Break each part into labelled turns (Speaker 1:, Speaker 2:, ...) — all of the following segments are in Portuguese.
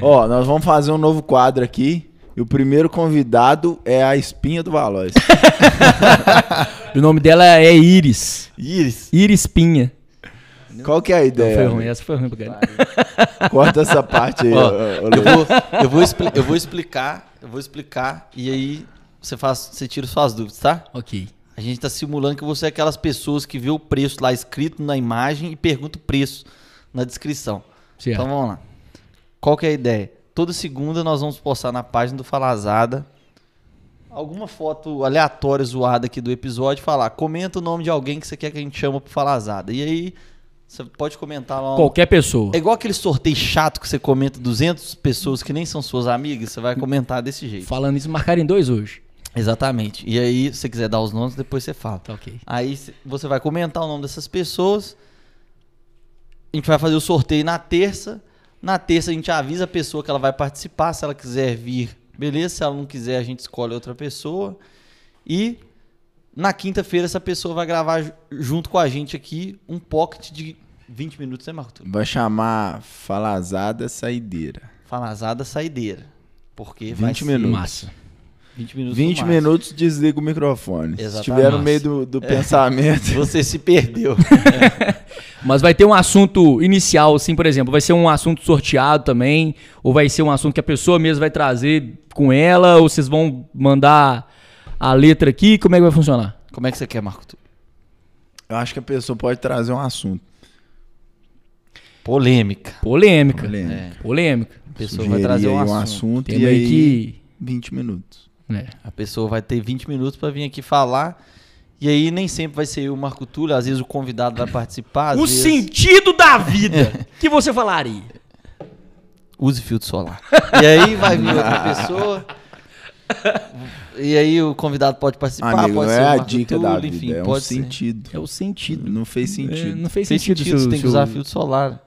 Speaker 1: Ó, nós vamos fazer um novo quadro aqui. E o primeiro convidado é a espinha do Valois.
Speaker 2: O nome dela é Iris.
Speaker 1: Iris.
Speaker 2: Iris Pinha.
Speaker 1: Qual que é a
Speaker 2: Não,
Speaker 1: ideia?
Speaker 2: foi ruim, essa foi ruim pra galera.
Speaker 1: Corta essa parte aí,
Speaker 3: Ó,
Speaker 1: ô, ô,
Speaker 3: Eu
Speaker 1: Lucas.
Speaker 3: vou, eu, vou expli- eu vou explicar, eu vou explicar e aí você faz, você tira suas dúvidas, tá?
Speaker 2: ok.
Speaker 3: A gente tá simulando que você é aquelas pessoas que vê o preço lá escrito na imagem e pergunta o preço na descrição.
Speaker 2: Certo.
Speaker 3: Então vamos lá. Qual que é a ideia? Toda segunda nós vamos postar na página do Falazada alguma foto aleatória, zoada aqui do episódio e falar, comenta o nome de alguém que você quer que a gente chama pro Falazada. E aí você pode comentar lá. um-
Speaker 2: Qualquer pessoa.
Speaker 3: É igual aquele sorteio chato que você comenta 200 pessoas que nem são suas amigas, você vai comentar desse jeito.
Speaker 2: Falando isso, marcaram em dois hoje.
Speaker 3: Exatamente. E aí, se você quiser dar os nomes, depois você fala.
Speaker 2: Tá ok.
Speaker 3: Aí c- você vai comentar o nome dessas pessoas. A gente vai fazer o sorteio na terça. Na terça a gente avisa a pessoa que ela vai participar. Se ela quiser vir, beleza. Se ela não quiser, a gente escolhe outra pessoa. E na quinta-feira essa pessoa vai gravar ju- junto com a gente aqui um pocket de 20 minutos, né, Marco? Túlio?
Speaker 1: Vai chamar Falazada Saideira.
Speaker 3: Falazada saideira. Porque
Speaker 1: 20
Speaker 3: vai ser
Speaker 1: minutos.
Speaker 2: Massa.
Speaker 3: 20 minutos. no
Speaker 1: 20
Speaker 3: máximo.
Speaker 1: minutos, desliga o microfone. Se
Speaker 3: Exatamente. É.
Speaker 1: estiver no meio do, do pensamento.
Speaker 3: Você se perdeu.
Speaker 2: Mas vai ter um assunto inicial, assim, por exemplo, vai ser um assunto sorteado também, ou vai ser um assunto que a pessoa mesmo vai trazer com ela, ou vocês vão mandar a letra aqui, como é que vai funcionar?
Speaker 3: Como é que você quer, Marco? Túlio?
Speaker 1: Eu acho que a pessoa pode trazer um assunto.
Speaker 3: Polêmica.
Speaker 2: Polêmica.
Speaker 1: Polêmica.
Speaker 2: Polêmica.
Speaker 3: É, A pessoa vai trazer um
Speaker 1: Sugerir aí
Speaker 3: assunto.
Speaker 2: Tem
Speaker 1: e aí
Speaker 2: que.
Speaker 1: 20 minutos.
Speaker 2: É.
Speaker 3: A pessoa vai ter 20 minutos pra vir aqui falar. E aí nem sempre vai ser eu, Marco Túlio. Às vezes o convidado vai participar. às
Speaker 2: O
Speaker 3: vezes-
Speaker 2: sentido da vida que você falaria.
Speaker 3: Use filtro solar. E aí vai vir outra
Speaker 1: Ah.
Speaker 3: pessoa. E aí o convidado pode participar,
Speaker 1: Amigo, não
Speaker 3: pode ser
Speaker 1: é
Speaker 3: o
Speaker 1: a
Speaker 3: Marco
Speaker 1: dica
Speaker 3: Túlio,
Speaker 1: da vida,
Speaker 3: enfim,
Speaker 1: é um
Speaker 3: pode ser.
Speaker 1: sentido.
Speaker 2: É o sentido.
Speaker 1: Não fez sentido.
Speaker 2: É,
Speaker 1: não.
Speaker 2: não fez
Speaker 3: Fez
Speaker 2: sentido,
Speaker 3: sentido,
Speaker 2: seu-
Speaker 3: você tem que
Speaker 2: seu-
Speaker 3: usar filtro solar.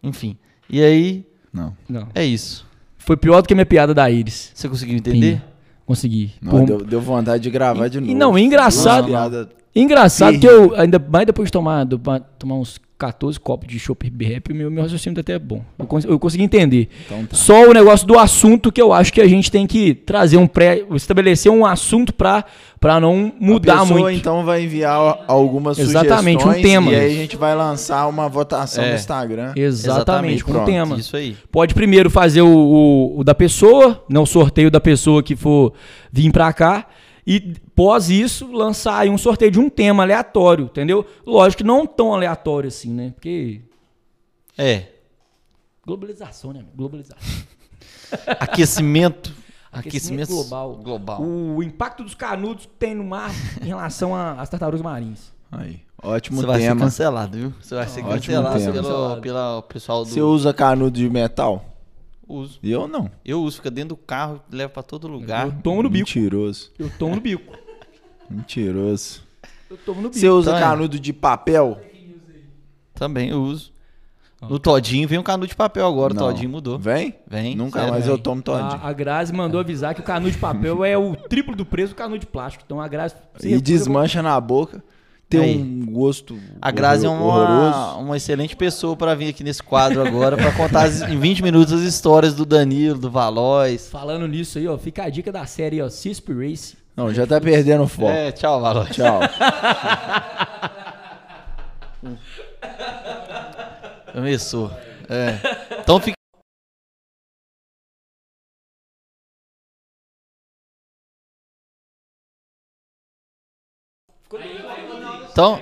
Speaker 3: Enfim. E aí,
Speaker 2: Não.
Speaker 3: é isso.
Speaker 2: Foi pior do que a minha piada da Iris.
Speaker 3: Você conseguiu entender?
Speaker 2: Sim, Consegui.
Speaker 1: Não,
Speaker 2: Por-
Speaker 1: deu, deu vontade de gravar de
Speaker 2: E-
Speaker 1: novo.
Speaker 2: e não, é engraçado-
Speaker 1: Duas piadas-
Speaker 2: Engraçado
Speaker 1: Sim.
Speaker 2: que eu, ainda mais depois de tomar, do- pa- tomar uns 14 copos de chopp rap, o meu, meu raciocínio tá até bom. Eu, cons- eu consegui entender.
Speaker 1: Então tá.
Speaker 2: Só o negócio do assunto que eu acho que a gente tem que trazer um pré. estabelecer um assunto pra, pra não
Speaker 1: a
Speaker 2: mudar
Speaker 1: pessoa,
Speaker 2: muito.
Speaker 1: então vai enviar algumas
Speaker 2: Exatamente, um
Speaker 1: sugestões
Speaker 2: tema.
Speaker 1: e aí a gente vai lançar uma votação
Speaker 3: É.
Speaker 1: no Instagram.
Speaker 2: Exatamente, com o
Speaker 1: Pronto,
Speaker 2: tema.
Speaker 3: Isso aí.
Speaker 2: Pode primeiro fazer o, o- o da pessoa, não o sorteio da pessoa que for vir pra cá. E pós isso, lançar aí um sorteio de um tema aleatório, entendeu? Lógico que não tão aleatório assim, né? Porque.
Speaker 3: É.
Speaker 2: Globalização, né? amigo? Globalização.
Speaker 3: Aquecimento.
Speaker 2: Aquecimento
Speaker 3: Aquecimento
Speaker 2: global.
Speaker 3: global.
Speaker 2: o impacto dos canudos que tem no mar em relação a- às tartarugas marinhas.
Speaker 1: Aí, ótimo
Speaker 3: Você vai ser
Speaker 1: tema.
Speaker 3: cancelado, viu? Você vai ser
Speaker 1: Ótimo
Speaker 3: cancelado
Speaker 1: tema.
Speaker 3: pelo, pelo pessoal do
Speaker 1: Você usa canudo de metal?
Speaker 3: uso.
Speaker 1: Eu não.
Speaker 3: Eu uso, fica dentro do carro, leva pra todo lugar.
Speaker 2: Eu tomo no bico.
Speaker 1: Mentiroso.
Speaker 2: Eu tomo no bico.
Speaker 1: Mentiroso.
Speaker 2: Eu tomo no
Speaker 1: Você
Speaker 2: bico.
Speaker 1: usa
Speaker 3: Então é.
Speaker 1: canudo de papel?
Speaker 3: Também eu uso. No Todinho vem um canudo de papel agora, o
Speaker 1: Não.
Speaker 3: Todinho mudou.
Speaker 1: Vem?
Speaker 3: Vem,
Speaker 1: Nunca
Speaker 3: sério,
Speaker 1: mais
Speaker 3: vem. Ah,
Speaker 1: eu tomo todinho.
Speaker 2: A, a Grazi mandou avisar que o canudo de papel é o triplo do preço do canudo de plástico. Então a Grazi. se
Speaker 1: e
Speaker 2: recusa-
Speaker 1: desmancha na boca. Tem
Speaker 3: Aí.
Speaker 1: um gosto
Speaker 3: A Grazi é
Speaker 1: horror-
Speaker 3: uma, uma excelente pessoa pra vir aqui nesse quadro agora pra contar as- em 20 minutos as histórias do Danilo, do Valois.
Speaker 2: Falando nisso aí, ó, fica a dica da série, ó, Cisp Race.
Speaker 1: Não, já tá perdendo o foco.
Speaker 3: É, tchau, Valois.
Speaker 1: Tchau.
Speaker 3: Começou. É. Então fica. Então,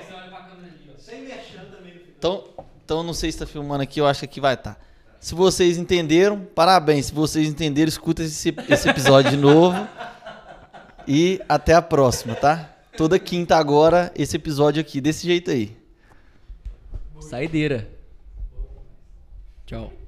Speaker 3: então, então não sei se está filmando aqui, eu acho que aqui vai estar. Se vocês entenderam, parabéns. Se vocês entenderam, escuta esse, esse episódio de novo. E até a próxima, tá? Toda quinta agora, esse episódio aqui, desse jeito aí.
Speaker 2: Saideira. Tchau.